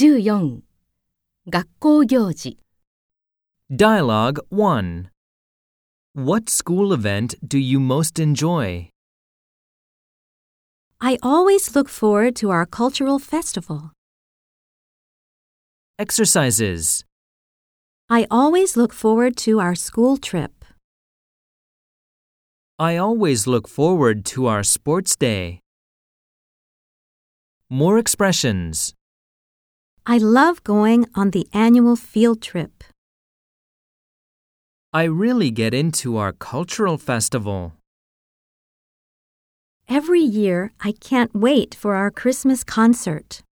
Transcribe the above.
14学校行事 Dialogue 1 What school event do you most enjoy? I always look forward to our cultural festival. Exercises. I always look forward to our school trip. I always look forward to our sports day. More expressions. I love going on the annual field trip. I really get into our cultural festival. Every year, I can't wait for our Christmas concert.